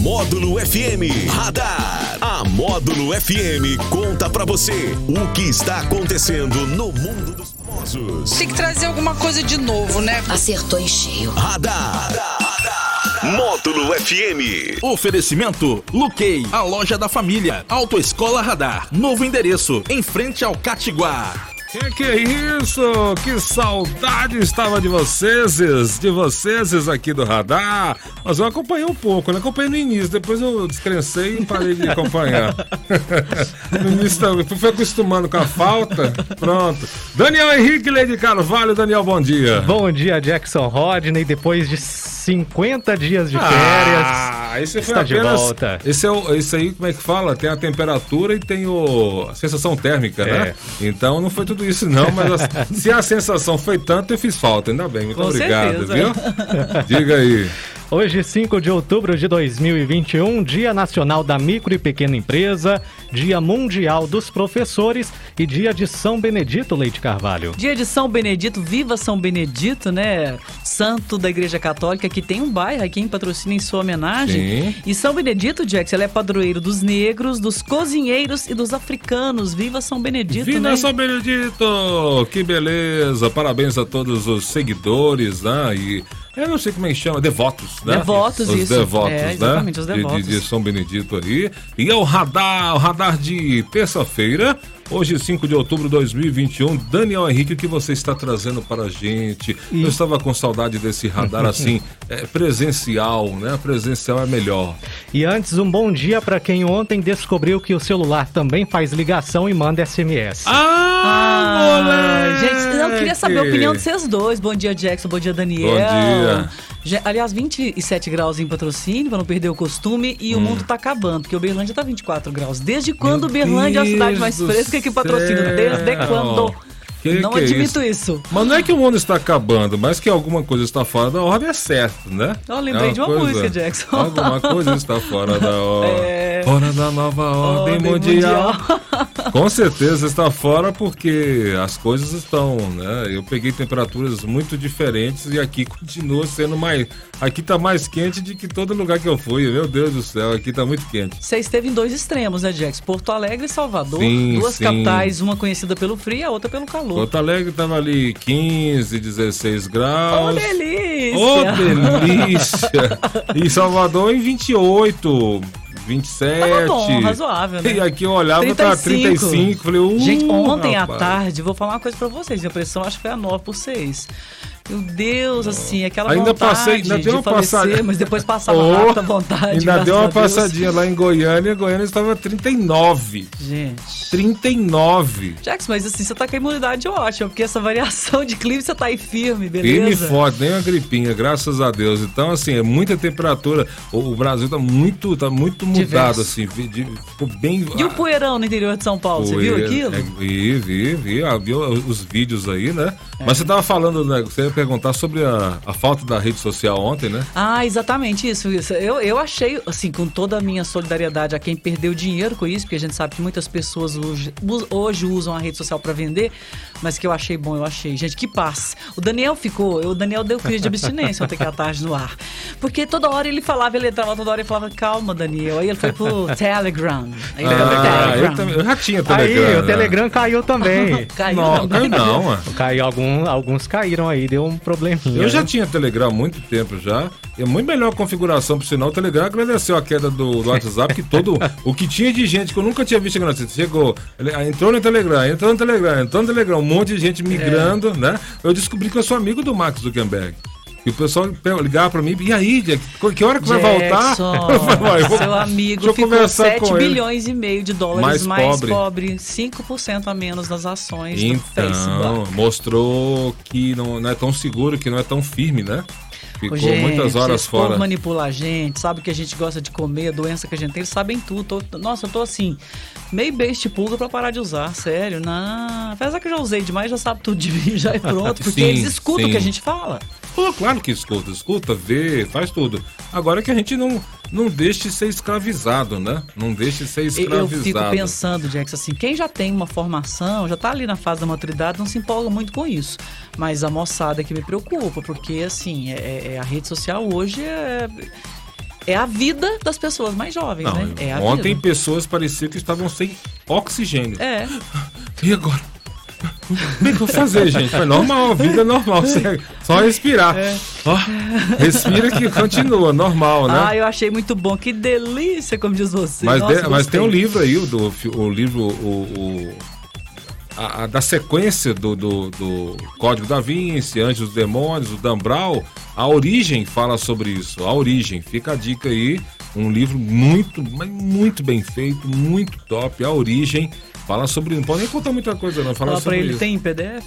Módulo FM Radar. A Módulo FM conta pra você o que está acontecendo no mundo dos famosos. Tem que trazer alguma coisa de novo, né? Acertou em cheio. Radar. Módulo FM. Oferecimento Luquei, a loja da família. Autoescola Radar. Novo endereço, em frente ao Catiguá. Que que é isso? Que saudade estava de vocês, de vocês aqui do radar. Mas eu acompanhei um pouco, né? Acompanhei no início, depois eu descrencei e parei de acompanhar. no início também, fui acostumando com a falta. Pronto. Daniel Henrique Leide Carvalho, Daniel, bom dia. Bom dia, Jackson Rodney. Depois de 50 dias de férias. Ah, esse foi Está de apenas. volta. Esse, é o, esse aí, como é que fala? Tem a temperatura e tem o, a sensação térmica, É. né? Então não foi tudo isso, não, mas a- se a sensação foi tanto, eu fiz falta, ainda bem. Muito Com obrigado, certeza. viu? Diga aí. Hoje, 5 de outubro de 2021, Dia Nacional da Micro e Pequena Empresa, Dia Mundial dos Professores e Dia de São Benedito Leite Carvalho. Dia de São Benedito, viva São Benedito, né? Santo da Igreja Católica, que tem um bairro aqui em patrocínio em sua homenagem. Sim. E São Benedito, Jackson, ele é padroeiro dos negros, dos cozinheiros e dos africanos. Viva São Benedito, Vina né? São Benedito! Que beleza! Parabéns a todos os seguidores, né? E eu não sei como é que chama, devotos, né? Devotos, os isso. Devotos, É, né? exatamente, os De- devotos. De, de São Benedito aí. E é o radar, o radar de terça-feira. Hoje, 5 de outubro de 2021, Daniel Henrique, o que você está trazendo para a gente? Eu estava com saudade desse radar assim, é, presencial, né? Presencial é melhor. E antes, um bom dia para quem ontem descobriu que o celular também faz ligação e manda SMS. Ah, Ah, gente, eu queria saber a opinião de vocês dois. Bom dia, Jackson. Bom dia, Daniel. Bom dia. Já- aliás, 27 graus em patrocínio, pra não perder o costume. E o mundo tá acabando, porque o Berlândia tá 24 graus. Desde quando Hum. Meu Berlândia é a cidade Deus mais do fresca que patrocínio? céu. Desde quando? Que não que é admito isso? Mas não é que o mundo está acabando, mas que alguma coisa está fora da ordem é certo, né? Eu lembrei de uma música, Jackson. Alguma coisa está fora da ordem. É. Fora da nova ordem, Ordem mundial. mundial. Com certeza está fora porque as coisas estão, né? Eu peguei temperaturas muito diferentes e aqui continua sendo mais. Aqui tá mais quente de que todo lugar que eu fui. Meu Deus do céu, aqui tá muito quente. Você esteve em dois extremos, né, Jackson? Porto Alegre e Salvador. Sim, duas sim. capitais, uma conhecida pelo frio e a outra pelo calor. Porto Alegre tava ali 15, 16 graus. Ô, delícia! Ô, delícia! e Salvador em 28, 27. Tava bom, razoável, né? E aqui eu olhava, tá tava 35. 35. Falei, uh, Gente, ontem à rapaz. tarde, vou falar uma coisa pra vocês, minha pressão acho que foi a 9 por 6. Meu Deus, assim, aquela Ainda vontade passei- ainda de deu uma falecer, passada- mas depois passava Oh, rápido a vontade. Ainda graças deu a uma Deus. passadinha lá em Goiânia. Goiânia estava 39. Gente. 39. Jackson, mas assim, você tá com a imunidade ótima, porque essa variação de clima você tá aí firme, E me beleza? forte, nem uma gripinha, graças a Deus. Então, assim, é muita temperatura. O, o Brasil tá muito, tá muito mudado, Diverso. assim. vi- de- ficou bem. E o poeirão no interior de São Paulo, você viu Poeira, aquilo? é, vi, vi, vi, ah, vi os vídeos aí, né? Mas você tava falando, né, você ia perguntar sobre a, a falta da rede social ontem, né? Ah, exatamente isso. isso. Eu, eu achei, assim, com toda a minha solidariedade a quem perdeu dinheiro com isso, porque a gente sabe que muitas pessoas hoje, us- hoje usam a rede social pra vender, mas que eu achei bom, eu achei. Gente, que paz. O Daniel ficou, eu- o Daniel deu crise de abstinência ontem que à tarde no ar. Porque toda hora ele falava, ele entrava toda hora e falava, calma, Daniel. Aí ele foi pro Telegram. Aí ele foi pro Ah, eu, Telegram. também- eu já tinha Telegram. Aí, né? o Telegram caiu também. Caiu Não, também. caiu não, mano. Caiu algum, alguns caíram aí, deu um probleminha. Eu já né? tinha Telegram há muito tempo já. É muito melhor a configuração, por sinal. O Telegram agradeceu a queda do, do WhatsApp, que todo. o que tinha de gente que eu nunca tinha visto chegando assim. Chegou, ele- ah, entrou no Telegram, entrou no Telegram, entrou no Telegram, um monte de É. gente migrando, né? Eu descobri que eu sou amigo do Mark Zuckerberg. E o pessoal pe- ligava pra mim, e aí, Jack, co- que hora que vai voltar? Eu Jackson, falei, "Ué, eu vou- seu deixa amigo eu ficou conversar 7 com ele." bilhões e meio de dólares Mais mais, pobre. pobre. 5% a menos nas ações do Então, Facebook. mostrou que não, não é tão seguro, que não é tão firme, né? Ficou Gente, muitas horas esse povo fora. manipula a gente, sabe o que a gente gosta de comer, a doença que a gente tem, eles sabem tudo. Tô- nossa, eu tô assim, meio beijo de pulga pra parar de usar, sério. Não, apesar que eu já usei demais, já sabe tudo de mim, já é pronto, porque Ah, Sim, eles escutam sim. o que a gente fala. Pô, claro que escuta, escuta, vê, faz tudo. Agora que a gente não, não deixe ser escravizado, né? Não deixe ser Eu- escravizado. Eu fico pensando, Jackson, assim, quem já tem uma formação, já tá ali na fase da maturidade, não se empolga muito com isso. Mas a moçada que me preocupa, porque, assim, é- é- é a rede social hoje é. é a vida das pessoas mais jovens, Não, né? É a ontem vida. pessoas pareciam que estavam sem oxigênio. É. E agora? O que eu vou fazer, gente? Foi normal, vida é normal. segue. Só respirar. É. Ó, respira que continua, normal, né? Ah, eu achei muito bom. Que delícia, como diz você. mas, Nossa, de- mas gostei. tem um livro aí, o, do, fi- o livro o, o- a- a da sequência do, do, do Código da Vinci, Anjos e Demônios, o Dan Brown, a origem fala sobre isso. A origem, fica a dica aí. Um livro muito, mas muito bem feito, muito top. A origem fala sobre. Não pode nem contar muita coisa, não. Fala Fala pra sobre ele, isso. tem PDF?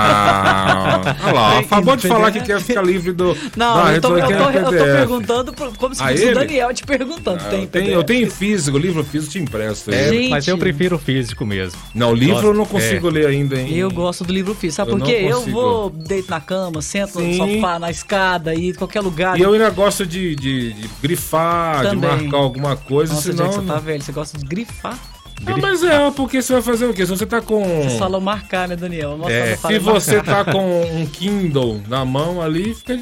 Ah, olha lá, Tem acabou de PDF. falar que quer ficar livre do. Não, da eu, tô, eu, tô, retórica eu tô PDF. perguntando pro- como se A fosse ele? o Daniel te perguntando. Ah, tem eu, tenho, PDF? eu tenho em físico, livro físico te empresto. aí. Gente. Mas eu prefiro o físico mesmo. Não, livro Gosto. eu não consigo ler ainda, hein? Eu gosto do livro físico. Sabe Eu por não quê? Eu consigo. vou, deito na cama, sento Sim. no sofá, na escada, aí, em qualquer lugar. E eu ainda gosto de, de- de grifar, Também. de marcar alguma coisa, Nossa, senão. gente, você tá velho. Você gosta de grifar? Ah, mas é, porque você vai fazer o quê? Se você tá com. Vocês falam marcar, né, Daniel? Nossa, É, eu falo se você marcar. tá com um Kindle na mão ali, fica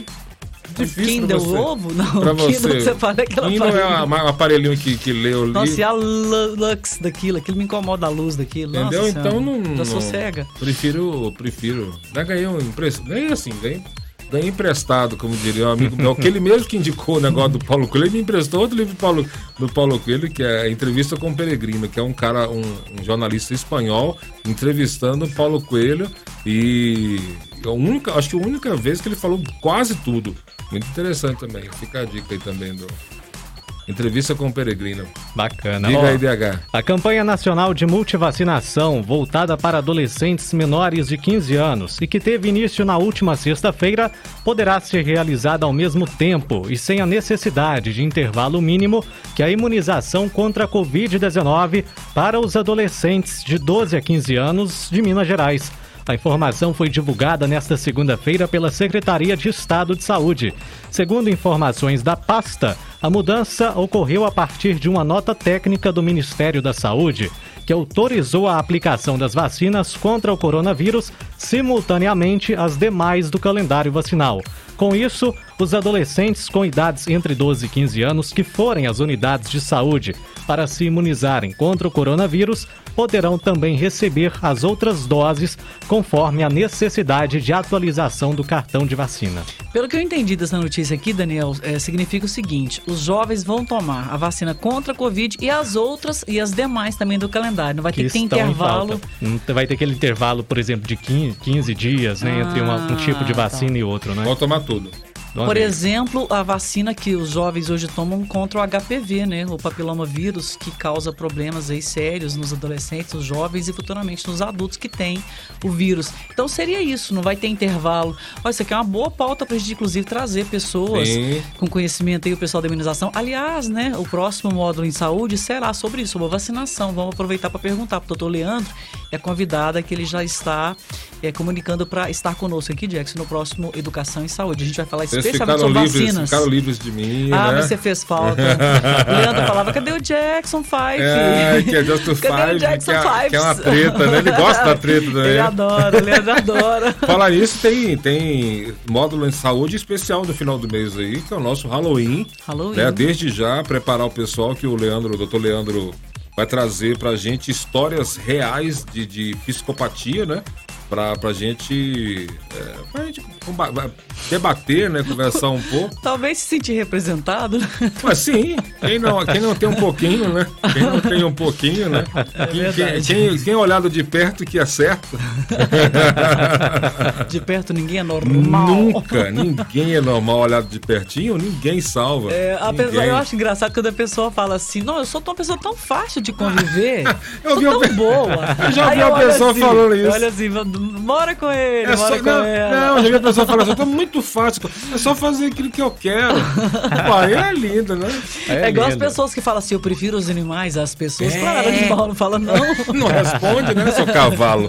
difícil. Um Kindle pra você. ovo? Não, pra Kindle você. você fala aquela Kindle é parada. o aparelhinho que, que lê o livro. Nossa, e a lu- lux daquilo? Aquilo me incomoda a luz daquilo. Entendeu? Nossa então Senhora, não. Já não- sou cega. Prefiro, prefiro. Já ganhei um emprestado. Ganhei assim, ganhei. Ganhei emprestado, como diria um amigo meu. Aquele mesmo que indicou o negócio do Paulo Coelho, ele me emprestou outro livro do Paulo, do Paulo Coelho, que é a Entrevista com o Peregrino, que é um cara, um, um jornalista espanhol, entrevistando o Paulo Coelho. E a única, acho que a única vez que ele falou quase tudo. Muito interessante também. Fica a dica aí também do. Entrevista com o Peregrino. Bacana. Diga Ó, aí, DH. A campanha nacional de multivacinação voltada para adolescentes menores de 15 anos e que teve início na última sexta-feira poderá ser realizada ao mesmo tempo e sem a necessidade de intervalo mínimo que a imunização contra a Covid-19 para os adolescentes de 12 a 15 anos de Minas Gerais. A informação foi divulgada nesta segunda-feira pela Secretaria de Estado de Saúde. Segundo informações da pasta, a mudança ocorreu a partir de uma nota técnica do Ministério da Saúde, que autorizou a aplicação das vacinas contra o coronavírus simultaneamente às demais do calendário vacinal. Com isso, os adolescentes com idades entre 12 e 15 anos que forem às unidades de saúde para se imunizarem contra o coronavírus poderão também receber as outras doses conforme a necessidade de atualização do cartão de É vacina. Pelo que eu entendi dessa notícia aqui, Daniel, é, significa o seguinte: os jovens vão tomar a vacina contra a Covid e as outras e as demais também do calendário. Não vai ter que ter estão em intervalo. falta. Não t- Vai ter aquele intervalo, por exemplo, de 15, 15 dias né, entre uma- um tipo de Ah, tá. vacina e outro, né? Vou tomar tudo. De uma Por vez. exemplo, a vacina que os jovens hoje tomam contra o HPV, né? O papilomavírus, que causa problemas aí sérios nos adolescentes, nos jovens e futuramente nos adultos que têm o vírus. Então seria isso, não vai ter intervalo. Olha, isso aqui é uma boa pauta pra gente, inclusive, trazer pessoas Sim. com conhecimento aí, o pessoal da imunização. Aliás, né, o próximo módulo em saúde será sobre isso, sobre a vacinação. Vamos aproveitar para perguntar para o doutor Leandro, é convidada que ele já está é, comunicando para estar conosco aqui, Jackson, no próximo Educação e Saúde. A gente vai falar Vocês especialmente ficaram sobre livres, vacinas. ficaram livres de mim, Ah, né? mas você fez falta. O Leandro falava, cadê o Jackson Five? É, que é Just to Cadê Five, o Jackson que é- Five? que é uma treta, né? Ele gosta da treta também. Ele adora, o Leandro adora. Falar nisso, tem, tem módulo em saúde especial no final do mês aí, que é o nosso Halloween. Halloween. Né? Desde já, preparar o pessoal que o Leandro, o doutor Leandro, vai trazer pra gente histórias reais de, de psicopatia, né? Pra, pra gente, é, pra gente comba- debater, né? Conversar um pouco. Talvez se sentir representado. né? Mas sim, quem não, quem não tem um pouquinho, né? Quem não tem um pouquinho, né? Quem, quem, verdade. quem, quem é olhado de perto que é acerta, De perto ninguém é normal. nunca, ninguém é normal olhado de pertinho, ninguém salva. É, a ninguém. pessoa- eu acho engraçado quando a pessoa fala assim, não, eu sou uma pessoa tão fácil de conviver, Eu sou vi uma tão pe- boa. Eu já Aí vi uma olho pessoa assim, falando isso. Olha assim, mora com ele, É só, mora com não, ela. não, já vi a pessoa falar assim, tá muito fácil, é só fazer aquilo que eu quero. Pô, aí é lindo, né? É, igual as lindo. pessoas que falam assim, eu prefiro os animais às pessoas. Claro, animal não fala não. Não responde, né, seu cavalo?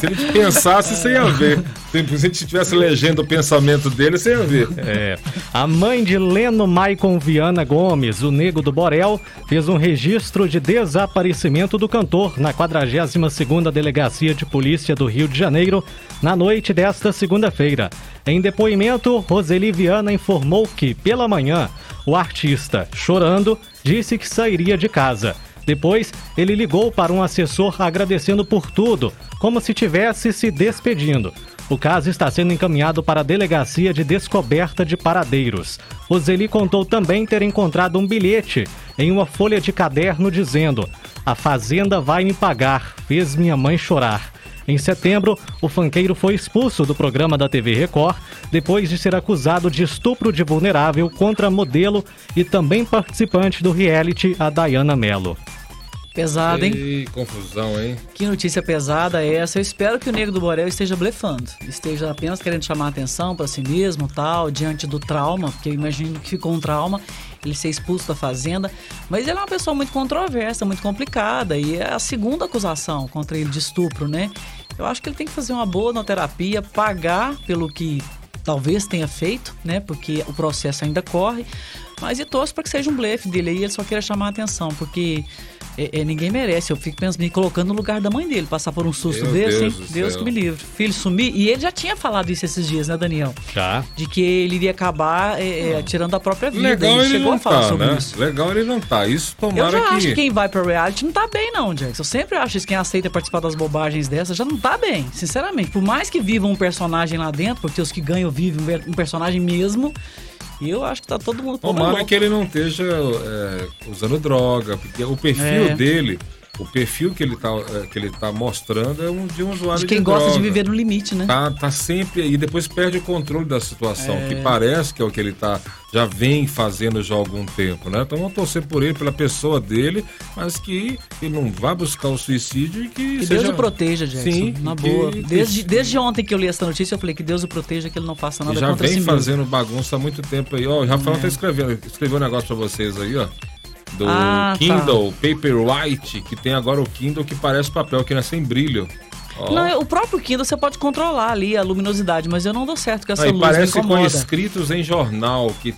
Se ele te pensasse, você ia ver. Se se a gente estivesse legendo o pensamento dele, você ia ver. É. A mãe de Leno Maicon Viana Gomes, o Nego do Borel, fez um registro de desaparecimento do cantor na 42ª Delegacia de Polícia do Rio de Janeiro na noite desta segunda-feira. Em depoimento, Roseli Viana informou que, pela manhã, o O artista, chorando, disse que sairia de casa. Depois, ele ligou para um assessor agradecendo por tudo, como se tivesse se despedindo. O caso está sendo encaminhado para a Delegacia de Descoberta de Paradeiros. O Zeli contou também ter encontrado um bilhete em uma folha de caderno dizendo: A fazenda vai me pagar, fez minha mãe chorar. Em setembro, o fanqueiro foi expulso do programa da TV Record depois de ser acusado de estupro de vulnerável contra modelo e também participante do reality, a Dayana Mello. Pesado, hein? Ih, confusão, hein? Que notícia pesada é essa? Eu espero que o Negro do Borel esteja blefando, esteja apenas querendo chamar atenção para si mesmo, tal, diante do trauma, porque eu imagino que ficou um trauma ele ser expulso da fazenda, mas ele é uma pessoa muito controversa, muito complicada e é a segunda acusação contra ele de estupro, né? Eu acho que ele tem que fazer uma boa na terapia, pagar pelo que talvez tenha feito, né? Porque o processo ainda corre, mas e torço para que seja um blefe dele aí, ele só queira chamar atenção, porque é, é, ninguém merece. Eu fico pensando, me colocando no lugar da mãe dele, passar por um susto Meu desse, Deus hein? do Deus céu. que me livre. Filho sumir. E ele já tinha falado isso esses dias, né, Daniel? Já. De que ele iria acabar é, é, tirando a própria vida. Hum. Legal ele ele chegou não a falar tá, sobre né? isso. Legal ele não tá. Isso Eu tomara já acho que... que quem vai pra reality não tá bem, não, Jackson. Eu sempre acho isso. Quem aceita participar das bobagens dessas já não tá bem, sinceramente. Por mais que viva um personagem lá dentro, porque os que ganham vivem um ver- um personagem mesmo, eu acho que tá todo mundo. todo Tomara mundo que ele não esteja é, usando droga, porque o perfil É. dele, o perfil que ele tá, é, que ele tá mostrando é um de um usuário De de quem gosta de droga. viver no limite, né? Tá, tá sempre e depois perde o controle da situação, que parece que é o que ele tá já vem fazendo já há algum tempo, né? Então vamos torcer por ele, pela pessoa dele, mas que ele não vá buscar o suicídio e que Que seja... Deus o proteja, Jackson. Sim, na que- boa. que- Desde, desde ontem que eu li essa notícia, eu falei que Deus o proteja, que ele não faça E nada já contra vem si mesmo. É. fazendo bagunça há muito tempo aí. Ó, o Rafael tá escrevendo, escreveu um negócio pra vocês aí, ó. Do Ah, tá. Kindle Paperwhite, que tem agora o Kindle que parece papel, que não é sem brilho. Ó. Não, o próprio Kindle você pode controlar ali a luminosidade, mas eu não dou certo com essa Aí luz, me parece com incomoda. escritos em jornal, que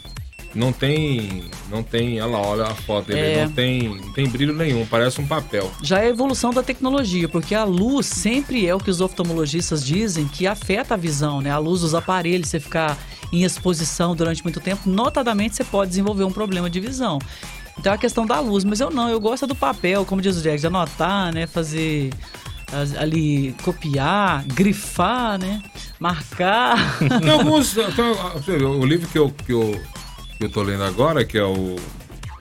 não tem. Não tem. Olha lá, olha a foto aí, É. velho, não, tem, não tem brilho nenhum, parece um papel. Já é a evolução da tecnologia, porque a luz sempre é o que os oftalmologistas dizem que afeta a visão, né? A luz dos aparelhos, você ficar em exposição durante muito tempo, notadamente você pode desenvolver um problema de visão. Então é a questão da luz, mas eu não, eu gosto é do papel, como diz o Jack, de anotar, né? Fazer as- ali copiar, grifar, né? Marcar. Tem alguns. tem- você vê, o livro que eu, que, eu, que eu tô lendo agora, que é o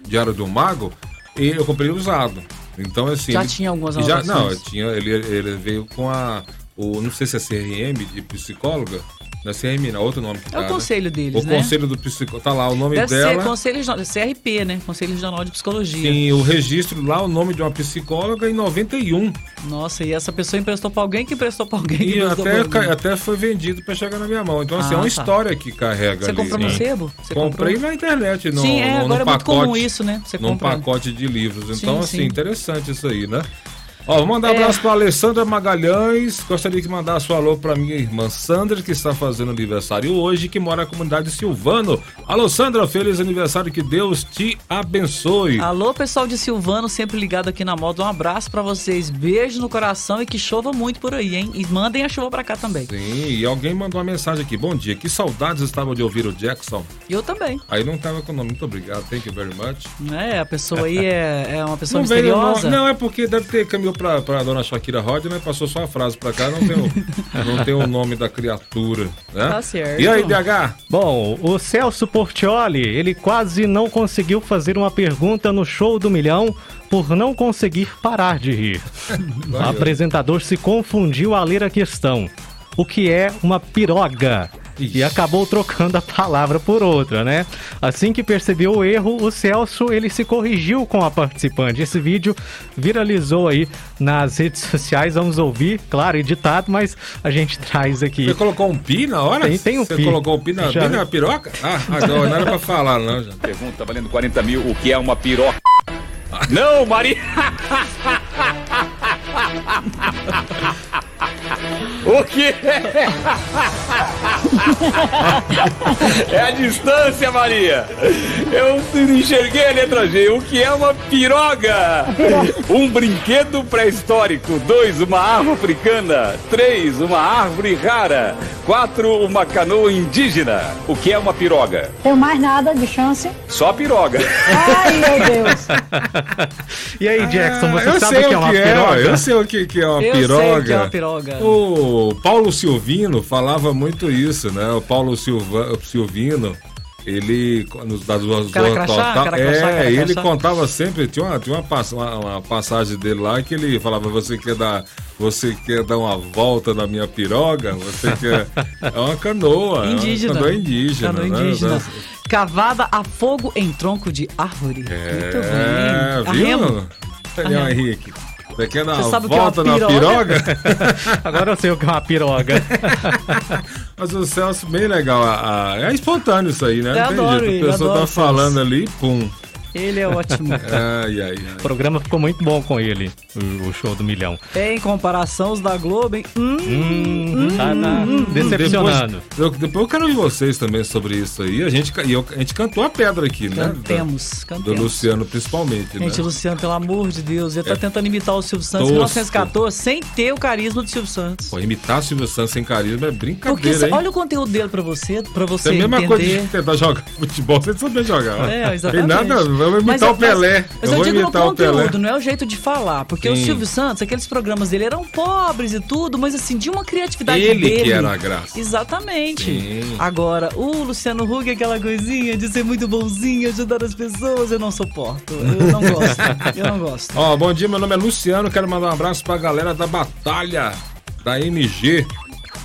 Diário do Mago, e eu comprei usado. Então, assim. Já tinha algumas já, anotações? Não, eu tinha, ele, ele veio com a. O, não sei se é CRM de psicóloga. Não é CRM, não, outro nome que É o tá, né? conselho deles, O né? conselho do psicólogo. Tá lá, o nome Deve dela. ser Conselho Regional- CRP, né? Conselho Regional de Psicologia. Tem o registro lá, o nome de uma psicóloga em 91. Nossa, e essa pessoa emprestou pra alguém que emprestou pra alguém que né? E emprestou pra até, alguém. ca- até foi vendido pra chegar na minha mão. Então, assim, é Ah, uma tá. história que carrega Você ali. comprou no né? sebo? Você Comprei comprou? na internet, no, Sim, é, no- no agora é muito pacote, comum isso, né? Você num comprar. pacote de livros. Então, Sim, assim, sim. interessante isso aí, né? Ó, vou mandar um É. abraço pra Alessandra Magalhães. Gostaria de mandar seu alô pra minha irmã Sandra, que está fazendo aniversário hoje, que mora na comunidade Silvano. Alô, Sandra, feliz aniversário, que Deus te abençoe. Alô, pessoal de Silvano, sempre ligado aqui na moda. Um abraço pra vocês, beijo no coração e que chova muito por aí, hein? E mandem a chuva pra cá também. Sim, e alguém mandou uma mensagem aqui. Bom dia, que saudades estava de ouvir o Jackson. E Eu também. Aí não tava com o nome. Muito obrigado, thank you very much. É, a pessoa aí é, é uma pessoa Não veio o misteriosa. nome- Não, é porque deve ter caminhou pra, pra dona Shakira Rod, mas passou só a frase pra cá, não tem o, não tem o nome da criatura, né? Tá certo. E aí, DH? Bom, o Celso Portioli, ele quase não conseguiu fazer uma pergunta no show do milhão por não conseguir parar de rir. O apresentador se confundiu ao ler a questão. O que é uma piroga? E Ixi. acabou trocando a palavra por outra, né? Assim que percebeu o erro, o Celso ele se corrigiu com a participante. Esse vídeo viralizou aí nas redes sociais. Vamos ouvir, claro, editado, mas a gente traz aqui. Você colocou um pi na hora? Tem- tem um Você pi. colocou um pi na, Já- pi na piroca? Ah, agora não era pra falar, não. já. Pergunta tá valendo 40 mil, o que é uma piroca? Não, Maria! O que é? É a distância, Maria! Eu enxerguei a letra G. O que é uma piroga? Um brinquedo pré-histórico. Dois, uma árvore africana. Três, uma árvore rara. 4. Uma canoa indígena. O que é uma piroga? Tenho mais nada de chance. Só piroga. Ai, meu Deus. E aí, Jackson, você Ah, eu sabe sei o que é uma piroga? Eu sei o que, que é uma Eu sei o piroga. que é uma piroga. O Paulo Silvino falava muito isso, né? O Paulo Silva, o Silvino, ele. Nos, das duas Cara duas- crachá, total- cara é, crachá, cara ele crachá. contava sempre, tinha, uma, tinha uma, pass- uma- uma passagem dele lá que ele falava, você quer dar. Você quer dar uma volta na minha piroga? Você quer. é uma canoa. é uma Indígena. canoa indígena. Canoa né? indígena. Cavada a fogo em tronco de árvore. Muito É, bem. A viu? remo. Daniel Henrique. Você quer dar Você uma sabe o que é uma volta na piroga? piroga? Agora eu sei o que é uma piroga. Mas o Celso, bem legal. a- a- é espontâneo isso aí, né? Eu adoro ele, A pessoa adoro tá o Celso. falando ali, pum. Ele é ótimo. Ai, ai, O ai. programa ficou muito bom com ele, o, o show do milhão. em comparação, os da Globo, hein? Hum, Hum, tá, tá decepcionando. Depois eu, depois eu quero ouvir vocês também sobre isso aí. A gente, ca- e eu- a gente cantou a pedra aqui, né? cantemos, Da- Do cantemos. Luciano, principalmente, né? É Gente, Luciano, pelo amor de Deus, ele tá tentando imitar o Silvio Santos em tosco. 1914 sem ter o carisma do Silvio Santos. Pô, imitar o Silvio Santos sem carisma é Porque brincadeira, cê- hein? olha o conteúdo dele pra você, pra Isso você é a mesma coisa entender. de tentar jogar futebol sem saber jogar. É, Tem exatamente. nada, vamos Mas imitar eu- o Pelé. Mas, mas eu, vou digo no imitar o Pelé. conteúdo, não é o jeito de falar. Porque o Sim. Silvio Santos, aqueles programas dele eram pobres e tudo, mas assim, de uma criatividade Ele dele. que era a graça. Exatamente. Sim. Agora, o Luciano Huck, é aquela coisinha de ser muito bonzinho, ajudar as pessoas, eu não suporto. Eu não gosto. eu não gosto. Ó, bom dia, meu nome é Luciano, quero mandar um abraço pra galera da Batalha da MG.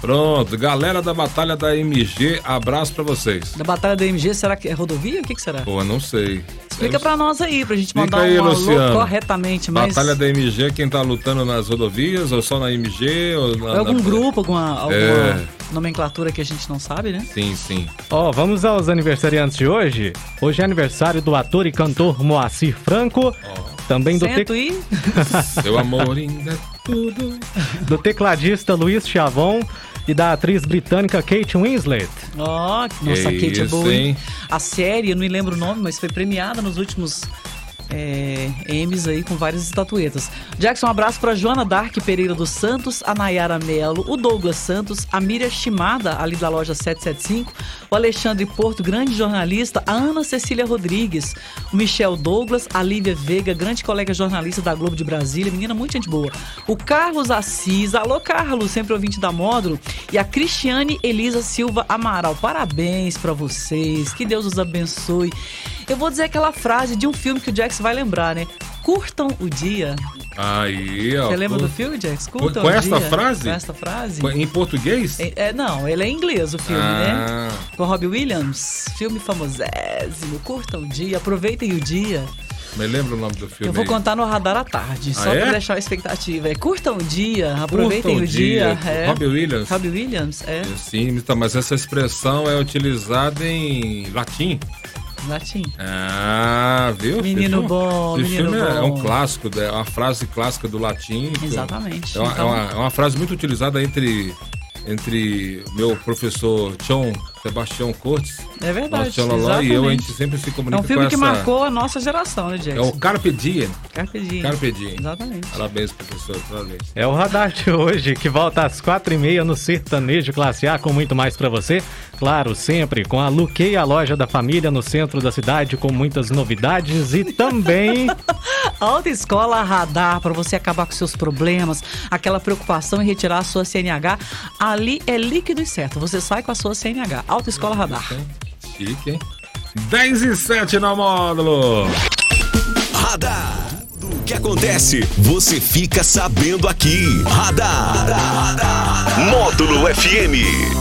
Pronto, galera da Batalha da MG, abraço pra vocês. Da Batalha da MG, será que é rodovia? O que, que será? Pô, não sei. Explica pra nós aí, pra gente Explica mandar aí, um alô Luciano. corretamente. Mas Batalha da MG, quem tá lutando nas rodovias, ou só na MG, ou na... é algum na- grupo, alguma, alguma É. nomenclatura que a gente não sabe, né? Sim, sim. Ó, vamos aos aniversariantes de hoje. Hoje é aniversário do ator e cantor Moacir Franco, também do, Cento tec- e... Seu amor ainda é tudo. do tecladista Luiz Chavon e da atriz britânica Kate Winslet. Ó, nossa, Que Kate é isso, boa, hein? hein? A série, eu não me lembro o nome, mas foi premiada nos últimos é, M's aí com várias estatuetas. Jackson, um abraço pra Joana Dark Pereira dos Santos, a Nayara Melo, o Douglas Santos, a Miriam Chimada, ali da loja 775, o Alexandre Porto, grande jornalista, a Ana Cecília Rodrigues, o Michel Douglas, a Lívia Veiga, grande colega jornalista da Globo de Brasília, menina muito gente boa, o Carlos Assis, alô Carlos, sempre ouvinte da Módulo, e a Cristiane Elisa Silva Amaral. Parabéns pra vocês, que Deus os abençoe. Eu vou dizer aquela frase de um filme que o Jax vai lembrar, né? Curtam o dia. Aí, ó. Você lembra do pô, filme, Jax? Curtam com o esta dia. frase? Com esta frase? Em português? É, é, não, ele é inglês o filme, né? Ah, Com Robbie Williams, filme famosésimo. Curtam o dia, aproveitem o dia. me lembra o nome do filme Eu vou aí. contar no radar à tarde, só Ah, é? pra deixar a expectativa. É, curtam o dia, Curtam aproveitem o dia. é. Robbie Williams. Robbie Williams, é, Sim, então, mas essa expressão é utilizada em latim. latim. Ah, viu? Menino Esse filme- bom, esse menino filme é- É bom. um clássico, é uma frase clássica do latim. Exatamente. É uma, é Então- uma- é uma frase muito utilizada entre, entre meu professor John Sebastião Cortes. É verdade, Nosso aluno lá e eu, a exatamente. gente sempre se É comunica um filme com que essa... marcou a nossa geração, né, É Jackson? o Carpe Diem. Carpe Diem. Carpe Diem. Exatamente. Parabéns, professor. Parabéns. É o radar de hoje que volta às quatro e meia no Sertanejo Classe A com muito mais pra você. Claro, sempre com a Luquei, a loja da família no centro da cidade com muitas novidades e também Autoescola Radar, para você acabar com seus problemas, aquela preocupação em retirar a sua CNH. Ali é líquido e certo. Você sai com a sua CNH. Autoescola Radar. Chique, hein? 10 e 7 no módulo. Radar. Tudo O que acontece, você fica sabendo aqui. Radar. Módulo FM.